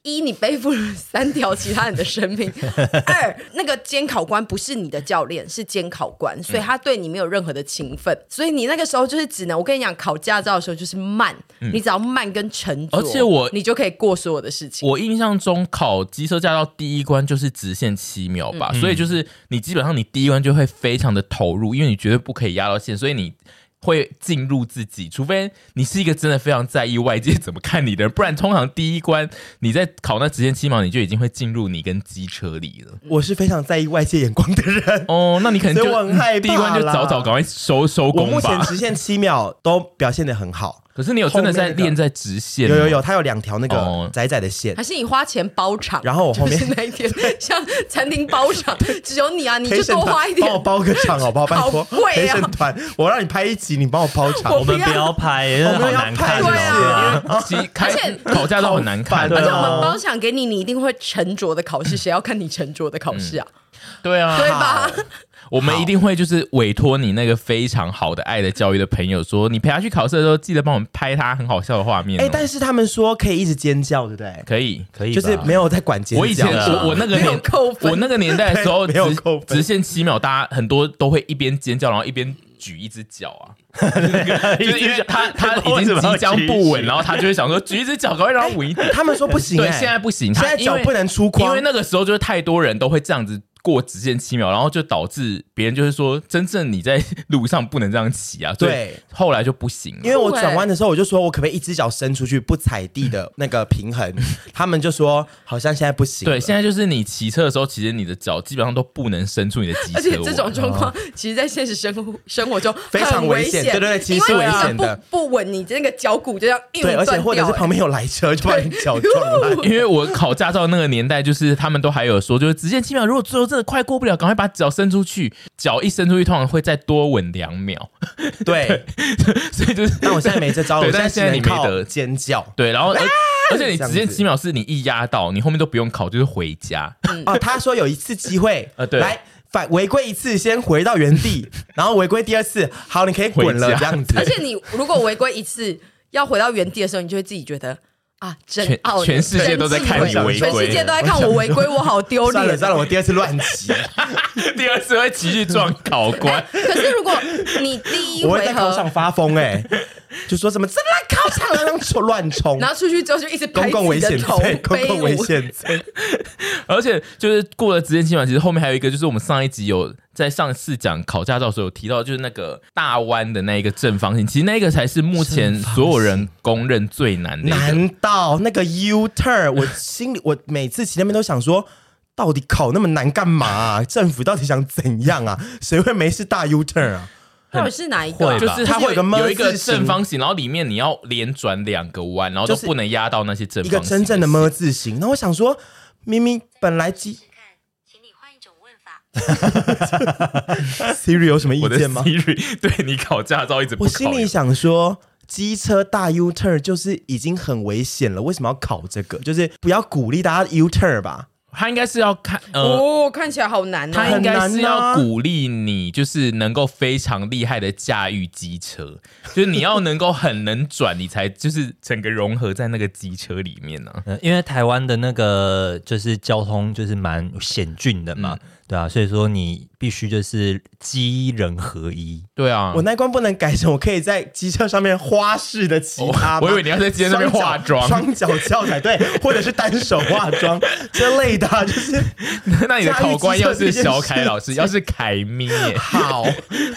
Speaker 1: 一，你背负了三条其他人的生命；二，那个监考官不是你的教练，是监考官，所以他对你没有任何的情分，所以你那个时候就是只能，我跟你讲，考驾照的时候就是慢，你只要慢跟沉着，
Speaker 2: 而且我
Speaker 1: 你就可以过所有的事情。
Speaker 2: 我印象中考机车驾照第一关就是直线七秒吧，所以就是你基本上你第一关就会非常的投入，因为你绝对不可以压到线，所以你。会进入自己，除非你是一个真的非常在意外界怎么看你的人，不然通常第一关你在考那直线七秒，你就已经会进入你跟机车里了。
Speaker 3: 我是非常在意外界眼光的 人。
Speaker 2: 哦，那你可能
Speaker 3: 所以
Speaker 2: 就
Speaker 3: 我很害怕啦
Speaker 2: 第一关就早早赶快收收
Speaker 3: 我
Speaker 2: 工
Speaker 3: 目前
Speaker 2: 吧。
Speaker 3: 直线七秒都表现的很好，
Speaker 2: 可是你有真的在
Speaker 3: 后面那个
Speaker 2: 练在直线
Speaker 3: 有
Speaker 2: 吗？
Speaker 3: 有有，它有两条那个
Speaker 2: 哦
Speaker 3: 窄窄的线
Speaker 1: 还，是你花钱包场，
Speaker 3: 然后我后面
Speaker 1: 就是那一天像餐厅包场，只有你啊，你就多花一点
Speaker 3: 帮我。包个场好不好？拜托，
Speaker 1: 好贵啊
Speaker 3: 陪审团，我让你拍一集，你帮我包场。
Speaker 1: 我
Speaker 4: 我们不要拍，因为
Speaker 3: 我们
Speaker 4: 好
Speaker 3: 要
Speaker 4: 难
Speaker 3: 拍
Speaker 4: 看
Speaker 1: 对啊
Speaker 4: 哦。
Speaker 2: 其实开
Speaker 1: 而且
Speaker 2: 考驾照很难看，啊
Speaker 3: 好
Speaker 1: 而
Speaker 3: 烦
Speaker 1: 且
Speaker 3: 哦
Speaker 1: 我们包场给你，你一定会沉着的考 试，谁要看你沉着的考试啊？
Speaker 2: 对
Speaker 3: 嗯
Speaker 2: 啊，
Speaker 1: 对吧？
Speaker 2: 我们一定会就是委托你那个非常好的爱的教育的朋友说，你陪他去考试的时候，记得帮我们拍他很好笑的画面、哦。
Speaker 3: 哎、但是他们说可以一直尖叫，对不对？
Speaker 2: 可以。
Speaker 4: 可以吧，
Speaker 3: 就是没有在管尖叫。
Speaker 2: 我以前
Speaker 4: 啊
Speaker 2: 我我那个
Speaker 1: 没有
Speaker 2: 年
Speaker 1: 扣分
Speaker 2: 我那个年代的时候，
Speaker 3: 对 没有
Speaker 2: 直
Speaker 3: 扣分
Speaker 2: 直线七秒，大家很多都会一边尖叫，然后一边举一只脚啊， 就是因为他他已经即将不稳，然后他就会想说举一只脚，赶快让他稳一 点。
Speaker 3: 他们说不行、
Speaker 2: 对，
Speaker 3: 哎
Speaker 2: 现在不行，
Speaker 3: 现
Speaker 2: 他
Speaker 3: 在
Speaker 2: 因
Speaker 3: 脚
Speaker 2: 为
Speaker 3: 不能出框，
Speaker 2: 因为那个时候就是太多人都会这样子过直线七秒，然后就导致别人就是说，真正你在路上不能这样骑啊，所以
Speaker 3: 对
Speaker 2: 后来就不行
Speaker 3: 因
Speaker 2: 了。
Speaker 3: 为我转弯的时候，我就说我可不可以一只脚伸出去不踩地的那个平衡，他们就说好像现在不行了。
Speaker 2: 对，现在就是你骑车的时候，其实你的脚基本上都不能伸出你的
Speaker 1: 而
Speaker 2: 机车弯，
Speaker 1: 且这种状况，其实，在现实生活生活中
Speaker 3: 啊非常
Speaker 1: 很
Speaker 3: 危
Speaker 1: 危
Speaker 3: 险对对对其实是
Speaker 1: 因为
Speaker 3: 危险
Speaker 1: 你
Speaker 3: 的
Speaker 1: 的不不稳，你那个脚骨就这样硬
Speaker 3: 对，而且
Speaker 1: 断
Speaker 3: 或者
Speaker 1: 掉欸
Speaker 3: 是旁边有来车就把你脚撞烂。
Speaker 2: 因为我考驾照那个年代，就是他们都还有说，就是直线七秒，如果最后真的快过不了，赶快把脚伸出去，脚一伸出去，通常会再多稳两秒，
Speaker 3: 对，
Speaker 2: 所以就是
Speaker 3: 但我现在没这招，
Speaker 2: 对
Speaker 3: 我
Speaker 2: 但
Speaker 3: 现
Speaker 2: 是现在
Speaker 3: 在
Speaker 2: 你
Speaker 3: 只
Speaker 2: 没
Speaker 3: 能靠
Speaker 2: 得
Speaker 3: 尖叫。
Speaker 2: 对，然后而而且你
Speaker 3: 这样
Speaker 2: 直线
Speaker 3: 子
Speaker 2: 七秒是你一压到，你后面都不用考，就是回家。
Speaker 3: 哦，他说有一次机会，
Speaker 2: 呃对
Speaker 3: 来反违规一次，先回到 原地，然后违规第二次，好，你可以滚了
Speaker 2: 回
Speaker 3: 这
Speaker 2: 家
Speaker 3: 样子。
Speaker 1: 而且你如果违规一次，要回到原地的时候，你就会自己觉得。啊，真
Speaker 2: 全
Speaker 1: 傲人，
Speaker 2: 全世界都在看
Speaker 3: 你违规
Speaker 1: 全世界都在看我违规，我好丢
Speaker 3: 算了
Speaker 1: 脸。啊
Speaker 3: 算了，我第二次乱骑，啊
Speaker 2: 第二次会持续撞考官，
Speaker 1: 可是如果你第一
Speaker 3: 我会
Speaker 1: 回
Speaker 3: 在考场
Speaker 1: 合，
Speaker 3: 发疯哎、 就说什么这烂考场，然后冲乱冲
Speaker 1: 然，后出去之后就一直
Speaker 3: 公
Speaker 1: 拍
Speaker 3: 共
Speaker 1: 自
Speaker 3: 危
Speaker 1: 己
Speaker 3: 险
Speaker 1: 的头
Speaker 3: 罪，公
Speaker 1: 飞
Speaker 3: 共危
Speaker 1: 舞，
Speaker 3: 险罪，
Speaker 2: 而且就是过了职业期满，其实后面还有一个，就是我们上一集有在上次讲考驾照的时候有提到，就是那个大弯的那一个正方形，其实那个才是目前所有人公认最难的一个。
Speaker 3: 难道那个 U turn？我心里我每次骑那边都想说，到底考那么难干嘛、啊？政府到底想怎样啊？谁会没事大 U turn 啊？
Speaker 1: 到底是哪一
Speaker 4: 会
Speaker 1: 个？
Speaker 2: 就
Speaker 4: 吧
Speaker 2: 是它
Speaker 3: 就
Speaker 2: 会
Speaker 3: 是有一个么
Speaker 2: 有一个
Speaker 3: 字形
Speaker 2: 正方形，然后里面你要连转两个弯，然后都
Speaker 3: 就是
Speaker 2: 不能压到那些正
Speaker 3: 一
Speaker 2: 方
Speaker 3: 个
Speaker 2: 形。
Speaker 3: 真正的么字形。那我想说，明明本来
Speaker 5: 试
Speaker 3: 机
Speaker 5: 试看，请你换一种问法。
Speaker 3: Siri 有什么意
Speaker 2: 我的
Speaker 3: 见吗？
Speaker 2: Siri 对你考驾照一直不
Speaker 3: 我
Speaker 2: 考
Speaker 3: 心里想说，机车大 U turn 就是已经很危险了，为什么要考这个？就是不要鼓励大家 U turn 吧。
Speaker 2: 他应该是要看呃，
Speaker 1: 哦，看起来好难
Speaker 2: 他
Speaker 1: 哦
Speaker 2: 应。该是
Speaker 3: 很难
Speaker 2: 要
Speaker 3: 啊
Speaker 2: 鼓励你，就是能够非常厉害的驾驭机车， 就是你要能够很能转，你才就是整个融合在那个机车里面啊呢、
Speaker 4: 呃因为台湾的那个就是交通就是蛮险峻的嘛，对啊，所以说你必须就是机人合一，
Speaker 2: 对啊
Speaker 3: 我，那一关不能改成我可以在机车上面花式的骑它
Speaker 2: 哦
Speaker 3: 吗、
Speaker 2: 我以为你要在机车上面化妆
Speaker 3: 啊双脚双脚翘起来，对，或者是单手化妆这类的啊、就是
Speaker 2: 那你的考官要是小凯老师，
Speaker 3: 驾
Speaker 2: 要
Speaker 3: 驭机车这件事
Speaker 2: 是凯咪耶，
Speaker 3: 好，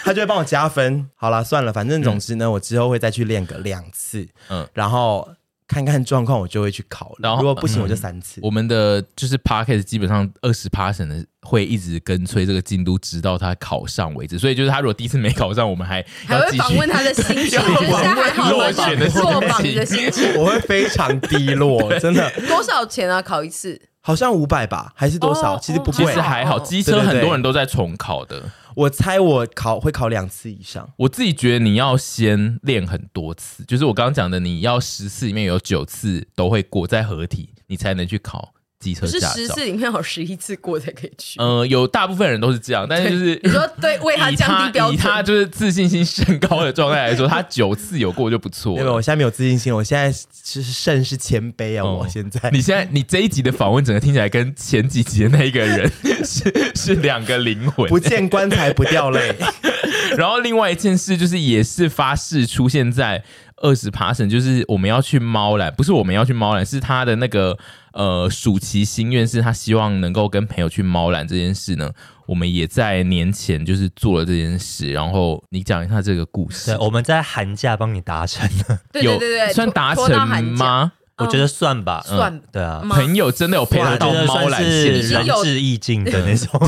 Speaker 3: 他就会帮我加分。好啦，算了，反正总之呢，我之后会再去练个两次，
Speaker 2: 嗯
Speaker 3: 嗯，然后看看状况，我就会去考
Speaker 2: 然
Speaker 3: 了。
Speaker 2: 后嗯
Speaker 3: 如果不行，我就三次。
Speaker 2: 我们的就是 p a r k e t 基本上二十 p a s 的会一直跟催这个进度，直到他考上为止。所以就是他如果第一次没考上，我们还
Speaker 1: 还
Speaker 2: 要继
Speaker 1: 会
Speaker 2: 续
Speaker 1: 访问他的心情，
Speaker 2: 要
Speaker 1: 就是现在还好
Speaker 2: 落
Speaker 1: 吗？
Speaker 2: 选的心情
Speaker 1: 落榜的心情，
Speaker 3: 我会非常低落，真的，
Speaker 1: 多少钱啊？考一次？
Speaker 3: 好像五百吧，还是多少？
Speaker 1: 哦
Speaker 3: 其实不
Speaker 2: 其
Speaker 3: 贵
Speaker 2: 实，还好，
Speaker 1: 哦
Speaker 2: 机车
Speaker 3: 对对对
Speaker 2: 很多人都在重考的。
Speaker 3: 我猜我考会考两次以上。
Speaker 2: 我自己觉得你要先练很多次，就是我刚刚讲的，你要十次里面有九次都会过在合体，你才能去考机车
Speaker 1: 不是
Speaker 2: 驾
Speaker 1: 十
Speaker 2: 照
Speaker 1: 次。里面有十一次过才可以去。
Speaker 2: 呃，有大部分人都是这样，但是就是
Speaker 1: 你说对，为他
Speaker 2: 以
Speaker 1: 降低标
Speaker 2: 以他
Speaker 1: 准，
Speaker 2: 就是自信心甚高的状态来说，他九次有过就不错
Speaker 3: 因为
Speaker 2: 了。
Speaker 3: 我现在没有自信心，我现在是甚是谦卑啊！
Speaker 2: 哦
Speaker 3: 我现在
Speaker 2: 你现在你这一集的访问，整个听起来跟前几集的那一个人是是两个灵魂。
Speaker 3: 不见棺材不掉泪，
Speaker 2: 然后另外一件事就是，也是发誓出现在二十 p a 就是我们要去猫缆，不是我们要去猫缆，是他的那个呃暑期心愿，是他希望能够跟朋友去猫缆这件事呢。我们也在年前就是做了这件事，然后你讲一下这个故
Speaker 4: 对，
Speaker 2: 事，
Speaker 4: 我们在寒假帮你达成了，
Speaker 1: 对对对对，
Speaker 2: 算
Speaker 1: 拖
Speaker 2: 达
Speaker 1: 拖到寒
Speaker 2: 成
Speaker 1: 假？
Speaker 2: 吗？
Speaker 1: 嗯
Speaker 4: 我觉得算吧，嗯
Speaker 1: 算
Speaker 4: 对啊，
Speaker 1: 吗
Speaker 2: 朋友真的有陪他
Speaker 4: 我
Speaker 2: 到
Speaker 4: 觉得
Speaker 2: 猫缆
Speaker 4: 算
Speaker 1: 已
Speaker 2: 线上
Speaker 4: 是
Speaker 1: 经
Speaker 4: 仁
Speaker 1: 有
Speaker 4: 至义尽的那种。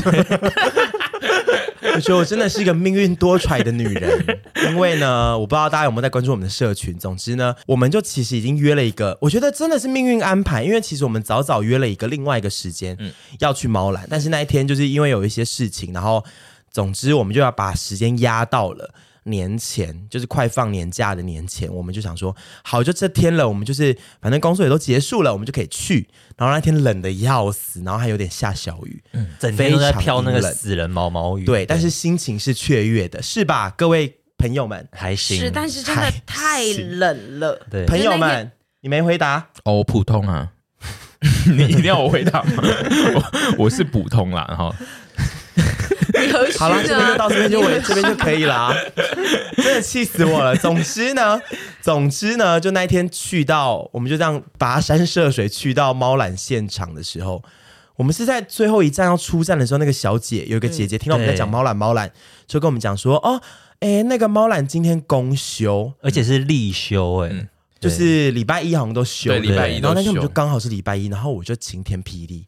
Speaker 3: 我觉得我真的是一个命运多舛的女人，因为呢，我不知道大家有没有在关注我们的社群。总之呢，我们就其实已经约了一个，我觉得真的是命运安排，因为其实我们早早约了一个另外一个时间，要去猫兰，但是那一天就是因为有一些事情，然后总之我们就要把时间压到了。年前就是快放年假的年前，我们就想说，好，就这天了，我们就是反正工作也都结束了，我们就可以去。然后那天冷的要死，然后还有点下小雨，
Speaker 4: 整天都在
Speaker 3: 非常
Speaker 4: 飘那个
Speaker 3: 冷
Speaker 4: 死人毛毛雨。
Speaker 3: 对，但是心情是雀跃的，是吧，各位朋友们？
Speaker 4: 还行，
Speaker 1: 是，但是真的
Speaker 3: 还
Speaker 1: 太
Speaker 3: 行
Speaker 1: 冷了。
Speaker 4: 对，
Speaker 3: 朋友
Speaker 1: 就那
Speaker 3: 们，你没回答，
Speaker 2: 哦，普通啊。 你一定要我回答吗？ 我我是普通啦，然后
Speaker 1: 你何须
Speaker 3: 好了，这边就
Speaker 1: 呢？
Speaker 3: 到这边就我这边就可以了啊，真的气死我了。总之呢，总之呢，就那一天去到，我们就这样跋山涉水去到猫缆现场的时候。我们是在最后一站要出站的时候，那个小姐有一个姐姐听到我们在讲
Speaker 4: 对
Speaker 3: 猫缆猫缆，就跟我们讲说：“哦，哎，那个猫缆今天公休，
Speaker 4: 而且是立休哎、
Speaker 2: 嗯
Speaker 3: 就
Speaker 4: 对
Speaker 3: 是礼拜一好像都休，
Speaker 2: 对
Speaker 3: 对不
Speaker 4: 礼拜
Speaker 3: 对
Speaker 2: 一都
Speaker 3: 然后那天我们
Speaker 2: 休
Speaker 3: 就刚好是礼拜一，然后我就晴天霹雳，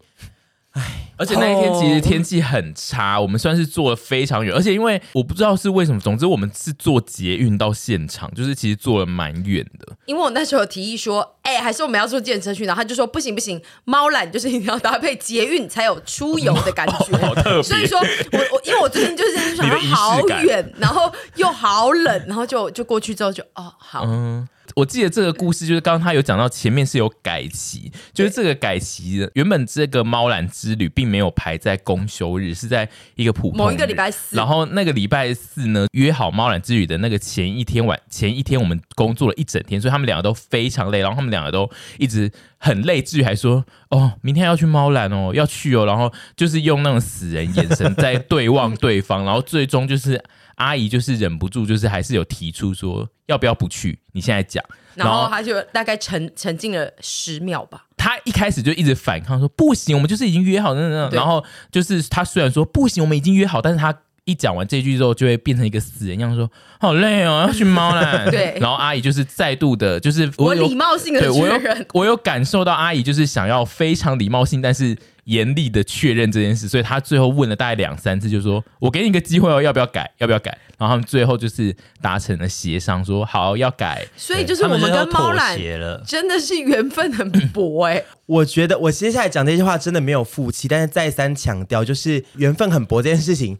Speaker 2: 而且那一天其实天气很差，我们算是坐了非常远，而且因为我不知道是为什么，总之我们是坐捷运到现场，就是其实坐了蛮远 的。
Speaker 1: 因为我那时候有提议说，哎、还是我们要坐健身去，然后他就说不行不行，猫缆 就是一定要搭配捷运才有出游的感觉，
Speaker 2: 好特别
Speaker 1: 所以说我我因为我最近就是想
Speaker 2: 你的
Speaker 1: 到
Speaker 2: 仪式
Speaker 1: 好
Speaker 2: 感
Speaker 1: 远，然后又好冷，然后就就过去之后就哦好，
Speaker 2: 嗯，我记得这个故事就是刚刚他有讲到前面是有改期，就是这个改期的原本这个猫缆之旅并没有排在公休日，是在一个普通
Speaker 1: 某一个
Speaker 2: 日
Speaker 1: 礼拜四
Speaker 2: 然后那个礼拜四呢，约好猫缆之旅的那个前一天晚前一天我们工作了一整天，所以他们两个都非常累，然后他们两个都一直很累，至于还说哦，明天要去猫缆哦，要去哦，然后就是用那种死人眼神在对望对方，然后最终就是阿姨就是忍不住，就是还是有提出说要不要不去，你现在讲，
Speaker 1: 然后他就大概沉沉浸了十秒吧。
Speaker 2: 他一开始就一直反抗说不行，我们就是已经约好那那，
Speaker 1: 对
Speaker 2: 然后就是他虽然说不行，我们已经约好，但是他一讲完这句之后，就会变成一个死人样说好累哦，要去猫 了。
Speaker 1: 对
Speaker 2: 然后阿姨就是再度的，就是
Speaker 1: 我
Speaker 2: 有
Speaker 1: 礼貌性的
Speaker 2: 对我
Speaker 1: 确
Speaker 2: 有
Speaker 1: 认，
Speaker 2: 我有感受到阿姨就是想要非常礼貌性，但是严厉的确认这件事，所以她最后问了大概两三次，就说我给你一个机会哦，要不要改？要不要改？然后他们最后就是达成了协商说好要改。
Speaker 1: 所以就是
Speaker 4: 他
Speaker 1: 我
Speaker 4: 们
Speaker 1: 们跟
Speaker 4: 就
Speaker 1: 猫
Speaker 4: 妥
Speaker 1: 懒
Speaker 4: 协了。
Speaker 1: 真的是缘分很薄哎、
Speaker 3: 我觉得我接下来讲这些话真的没有负气，但是再三强调，就是缘分很薄这件事情，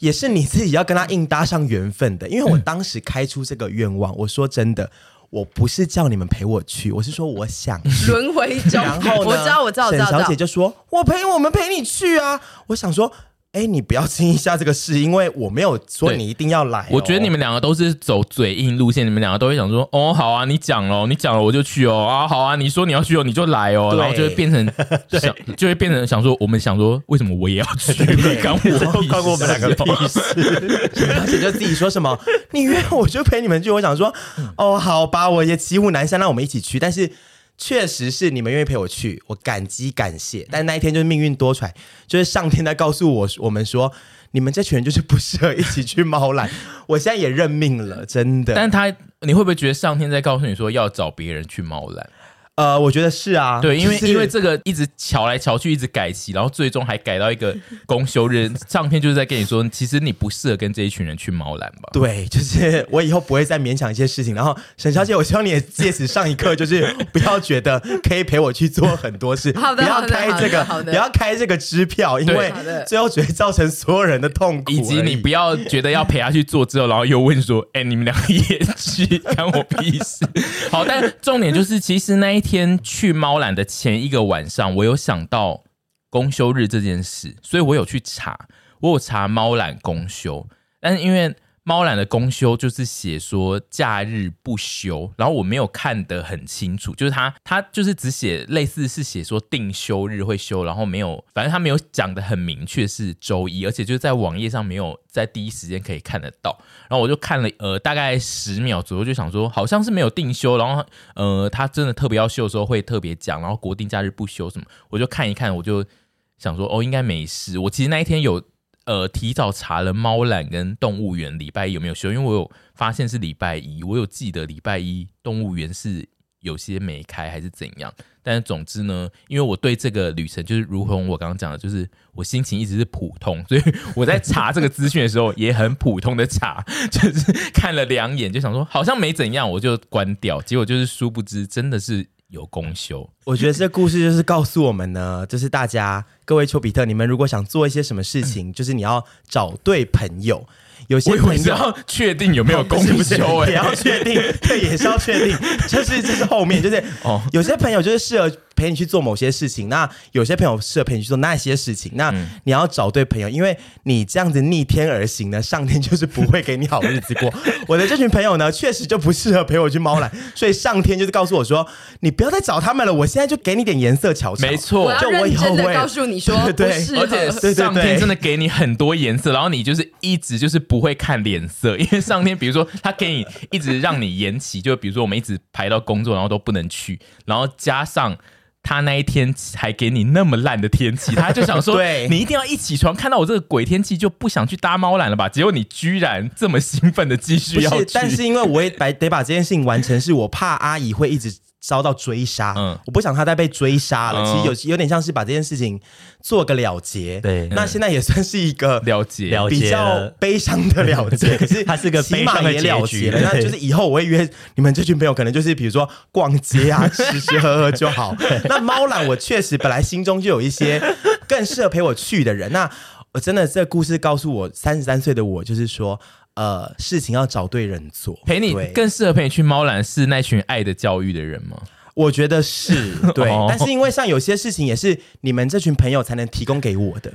Speaker 3: 也是你自己要跟他硬搭上缘分的。因为我当时开出这个愿望，我说真的，我不是叫你们陪我去，我是说我想去。
Speaker 1: 轮回中。
Speaker 3: 然后呢
Speaker 1: 我知道，我知道，我知
Speaker 3: 沈
Speaker 1: 道，
Speaker 3: 小
Speaker 1: 我
Speaker 3: 姐
Speaker 1: 知道。
Speaker 3: 就说：“我陪我们陪你去啊。”我想说。哎，你不要轻易下这个事，因为我没有说
Speaker 2: 对
Speaker 3: 你一定要来哦、
Speaker 2: 我觉得你们两个都是走嘴硬路线，你们两个都会想说，哦，好啊，你讲咯，你讲了我就去哦，啊，好啊，你说你要去哦，你就来哦，
Speaker 3: 对
Speaker 2: 然后就会变 成想，就会变成想说，我们想说，为什么我也要去？关我屁
Speaker 4: 关我们两个屁事！
Speaker 3: 而且就自己说什么， 你约我就陪你们去。我想说，哦，好吧，我也骑虎难下，那我们一起去。但是确实是你们愿意陪我去，我感激感谢。但那一天就是命运多舛，就是上天在告诉我我们说，你们这群人就是不适合一起去猫缆。我现在也认命了，真的。
Speaker 2: 但是他，你会不会觉得上天在告诉你说要找别人去猫缆？
Speaker 3: 呃，我觉得是啊，
Speaker 2: 对，因为、
Speaker 3: 就是
Speaker 2: 因为这个一直瞧来瞧去，一直改期，然后最终还改到一个公休日，上天就是在跟你说，其实你不适合跟这一群人去猫缆吧？
Speaker 3: 对，就是我以后不会再勉强一些事情。然后沈小姐，我希望你也借此上一课，就是不要觉得可以陪我去做很多事，
Speaker 1: 好的
Speaker 3: 不要
Speaker 1: 好的
Speaker 3: 开
Speaker 1: 好
Speaker 3: 这
Speaker 1: 的
Speaker 3: 个，
Speaker 1: 好的
Speaker 3: 不要开这个支票，因
Speaker 2: 对
Speaker 3: 为
Speaker 1: 好的
Speaker 3: 最后只会造成所有人的痛苦而已，
Speaker 2: 以及你不要觉得要陪他去做之后，然后又问说：“哎、你们两个也去， 干我屁事？”好，但重点就是，其实那一天去猫缆的前一个晚上，我有想到公休日这件事，所以我有去查，我有查猫缆公休，但是因为猫缆的公休就是写说假日不休，然后我没有看得很清楚，就是他他就是只写类似是写说定休日会休，然后没有，反正他没有讲的很明确是周一，而且就是在网页上没有在第一时间可以看得到。然后我就看了呃大概十秒左右，就想说好像是没有定休，然后呃他真的特别要休的时候会特别讲，然后国定假日不休什么，我就看一看，我就想说哦应该没事。我其实那一天有 呃提早查了猫缆跟动物园礼拜一有没有休，因为我有发现是礼拜一，我有记得礼拜一动物园是有些没开还是怎样。但是总之呢，因为我对这个旅程就是如同我刚刚讲的，就是我心情一直是普通，所以我在查这个资讯的时候也很普通的查，就是看了两眼就想说好像没怎样，我就关掉。结果就是殊不知真的是有公休。
Speaker 3: 我觉得这故事就是告诉我们呢，就是大家各位丘比特，你们如果想做一些什么事情，就是你要找对朋友。有些
Speaker 2: 我以为
Speaker 3: 朋
Speaker 2: 是
Speaker 3: 友
Speaker 2: 要确定有没有公
Speaker 3: 不是
Speaker 2: 休、欸，
Speaker 3: 也要确定，对，也是要确 定，就是这是后面，就是
Speaker 2: 哦
Speaker 3: 有些朋友就是适合陪你去做某些事情，那有些朋友适合陪你去做那些事情，那你要找对朋友，因为你这样子逆天而行呢，上天就是不会给你好日子过。我的这群朋友呢，确实就不适合陪我去猫缆，所以上天就是告诉我说，你不要再找他们了，我现在就给你点颜色瞧瞧。
Speaker 2: 没错
Speaker 1: 我要
Speaker 3: 就我
Speaker 1: 认
Speaker 3: 以后
Speaker 1: 真的
Speaker 3: 会
Speaker 1: 告诉你说，
Speaker 3: 对对对
Speaker 1: 不适
Speaker 2: 而且
Speaker 1: 合。
Speaker 3: 对对
Speaker 2: 上天真的给你很多颜色，然后你就是一直就是不会看脸色， 因为上天比如说他给你一直让你延期，就比如说我们一直排到工作，然后都不能去，然后加上。他那一天还给你那么烂的天气，他就想说
Speaker 3: 对，
Speaker 2: 你一定要一起床看到我这个鬼天气就不想去搭猫缆了吧？结果你居然这么兴奋的继续
Speaker 3: 不
Speaker 2: 要去
Speaker 3: 是，，但是因为我也把得把这件事情完成，是我怕阿姨会一直遭到追杀，
Speaker 2: 嗯
Speaker 3: 我不想她再被追杀了。
Speaker 2: 嗯
Speaker 3: 其实有有点像是把这件事情做个了结，
Speaker 4: 对
Speaker 3: 那现在也算是一个
Speaker 2: 了解
Speaker 4: 了
Speaker 3: 比
Speaker 4: 解
Speaker 3: 较
Speaker 4: 了
Speaker 3: 悲伤的了结，
Speaker 4: 对
Speaker 3: 可是
Speaker 4: 它是个
Speaker 3: 起
Speaker 4: 悲伤
Speaker 3: 码
Speaker 4: 的
Speaker 3: 也了
Speaker 4: 结局
Speaker 3: 结了。那
Speaker 4: 对
Speaker 3: 就是以后我会约你们这群朋友，可能就是比如说逛街啊，吃吃喝喝就 好。那猫懒，我确实本来心中就有一些呃更适合陪我去的人。那我真的这个故事告诉我，三十三岁的我就是说。呃事情要找对人做，
Speaker 2: 陪你
Speaker 3: 对
Speaker 2: 更适合陪你去猫兰是那群爱的教育的人吗？
Speaker 3: 我觉得是 对
Speaker 2: 哦，
Speaker 3: 但是因为像有些事情也是你们这群朋友才能提供给我的，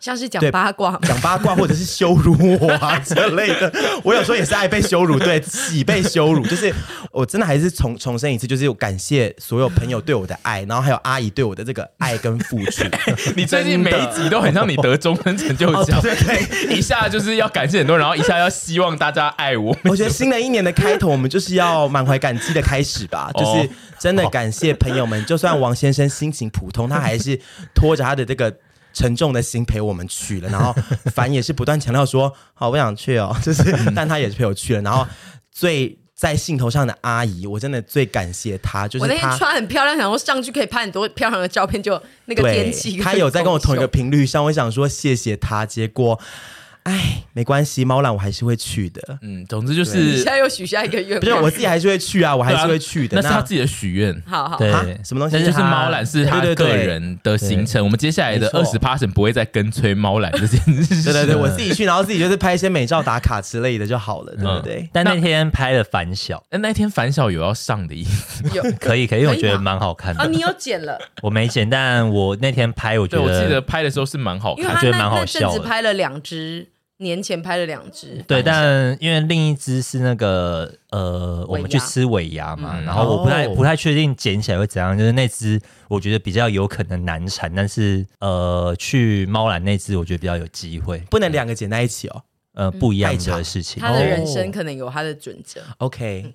Speaker 1: 像是讲
Speaker 3: 对
Speaker 1: 八卦嘛，
Speaker 3: 讲八卦或者是羞辱我啊之类的，我有时候也是爱被羞辱，对，喜被羞辱，就是我真的还是重重申一次，就是我感谢所有朋友对我的爱，然后还有阿姨对我的这个爱跟付出。
Speaker 2: 你最近每一集都很像你得终身成就
Speaker 3: 哦，
Speaker 2: 奖，
Speaker 3: 对对，
Speaker 2: 一下就是要感谢很多人，然后一下要希望大家爱我。
Speaker 3: 我觉得新的一年的开头，我们就是要满怀感激的开始吧，
Speaker 2: 哦
Speaker 3: 就是真的感谢朋友们，就算王先生心情普通，他还是拖着他的这个。沉重的心陪我们去了，然后凡也是不断强调说：“好，我想 去哦。”就是，但他也是陪我去了。然后最在兴头上的阿姨，我真的最感谢她，就
Speaker 1: 我那
Speaker 3: 是
Speaker 1: 天
Speaker 3: 她
Speaker 1: 穿很漂亮，想说上去可以拍很多漂亮的照片，就那个天
Speaker 3: 对
Speaker 1: 气，，
Speaker 3: 她有在跟我同一个
Speaker 1: 空
Speaker 3: 频率上。我想说谢谢她，结果，哎，没关系，猫懒我还是会去的，
Speaker 2: 嗯，总之就
Speaker 1: 气，你
Speaker 2: 是
Speaker 1: 现在又许下一个愿
Speaker 3: 不是
Speaker 1: 望，
Speaker 3: 我自己还是会去啊，我还是会去的。
Speaker 2: 那是他自己的许愿。
Speaker 1: 好好。
Speaker 4: 对
Speaker 3: 啊，什么东西？
Speaker 2: 那就是
Speaker 3: 他
Speaker 2: 猫懒是他
Speaker 3: 对对
Speaker 2: 个
Speaker 3: 对
Speaker 2: 人的行程，我们接下来的
Speaker 3: 没
Speaker 2: 二
Speaker 3: 错
Speaker 2: 十 p a 不会再跟催猫懒这件事 情。
Speaker 3: 对对对，我自己去，然后自己就是拍一些美照打卡之类的就好了，对不
Speaker 2: 嗯
Speaker 3: 对？
Speaker 4: 但那天拍了反小，
Speaker 2: 那那天反小有要上的意思，
Speaker 1: 有
Speaker 4: 可以可以，因为我
Speaker 1: 可以
Speaker 4: 觉得
Speaker 1: 吗
Speaker 4: 蛮好看
Speaker 1: 啊，
Speaker 4: 的。
Speaker 1: 你有剪了，
Speaker 4: 我没剪，但我那天拍，我觉
Speaker 2: 对我记得
Speaker 4: 得
Speaker 2: 拍的时候是蛮好
Speaker 1: 因为
Speaker 2: 看的。
Speaker 1: 他
Speaker 4: 觉得
Speaker 1: 那
Speaker 4: 蛮好
Speaker 1: 那阵
Speaker 4: 笑
Speaker 1: 子
Speaker 4: 的
Speaker 1: 拍了两支，年前拍了两支，
Speaker 4: 对，但因为另一只是那个呃，我
Speaker 1: 尾
Speaker 4: 们
Speaker 1: 牙
Speaker 4: 去吃尾牙嘛，
Speaker 2: 嗯
Speaker 4: 然后我不太
Speaker 3: 哦
Speaker 4: 不太确定剪起来会怎样，就是那只我觉得比较有可能难产，但是呃，去猫兰那只我觉得比较有机会，
Speaker 3: 不能两个剪在一起哦。
Speaker 4: 呃，
Speaker 1: 嗯
Speaker 4: 不一样
Speaker 3: 太长
Speaker 4: 的事情。
Speaker 1: 他的
Speaker 3: 哦
Speaker 1: 人生可能有他的准则。
Speaker 3: OK，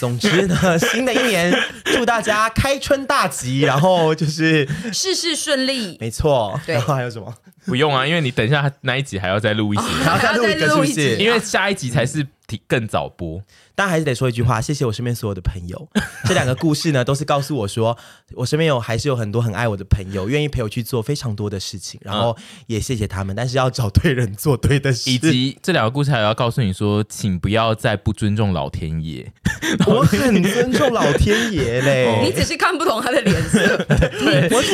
Speaker 3: 总之呢，新的一年祝大家开春大吉，然后就是
Speaker 1: 事事顺利，
Speaker 3: 没错，
Speaker 1: 对
Speaker 3: 然后还有什么？
Speaker 2: 不用啊，因为你等一下那一集还要再录一集，
Speaker 3: 然后再录一
Speaker 1: 还
Speaker 3: 个是不
Speaker 1: 要再录一集啊
Speaker 3: 是？
Speaker 2: 因为下一集才是提更早 播。
Speaker 3: 但还是得说一句话，谢谢我身边所有的朋友。这两个故事呢，都是告诉我说，我身边有还是有很多很爱我的朋友，愿意陪我去做非常多的事情，然后也谢谢他们。但是要找对人做对的事，
Speaker 2: 以及这两个故事还要告诉你说，请不要再不尊重老天爷。
Speaker 3: 我很尊重老天
Speaker 1: 你
Speaker 3: 爷嘞。
Speaker 1: 只是看不懂他的脸 色，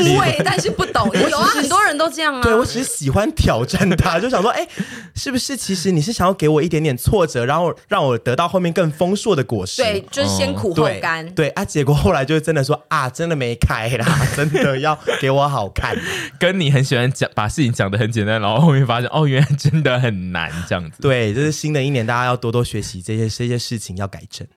Speaker 1: 你误会，但是不懂。有啊，很多人都这样啊。
Speaker 3: 对我只是喜欢挑战他，就想说，哎、是不是其实你是想要给我一点点挫折，然后让我得到后面更丰硕的果实？
Speaker 1: 对，就是先苦后
Speaker 3: 哦对
Speaker 1: 甘。
Speaker 3: 对啊，结果后来就真的说啊，真的没开啦， 真的要给我好看。
Speaker 2: 跟你很喜欢讲把事情讲得很简单，然后后面发现哦，原来真的很难这样子。
Speaker 3: 对，这是新的一年，大家要多多学习这些这些事情，要改正。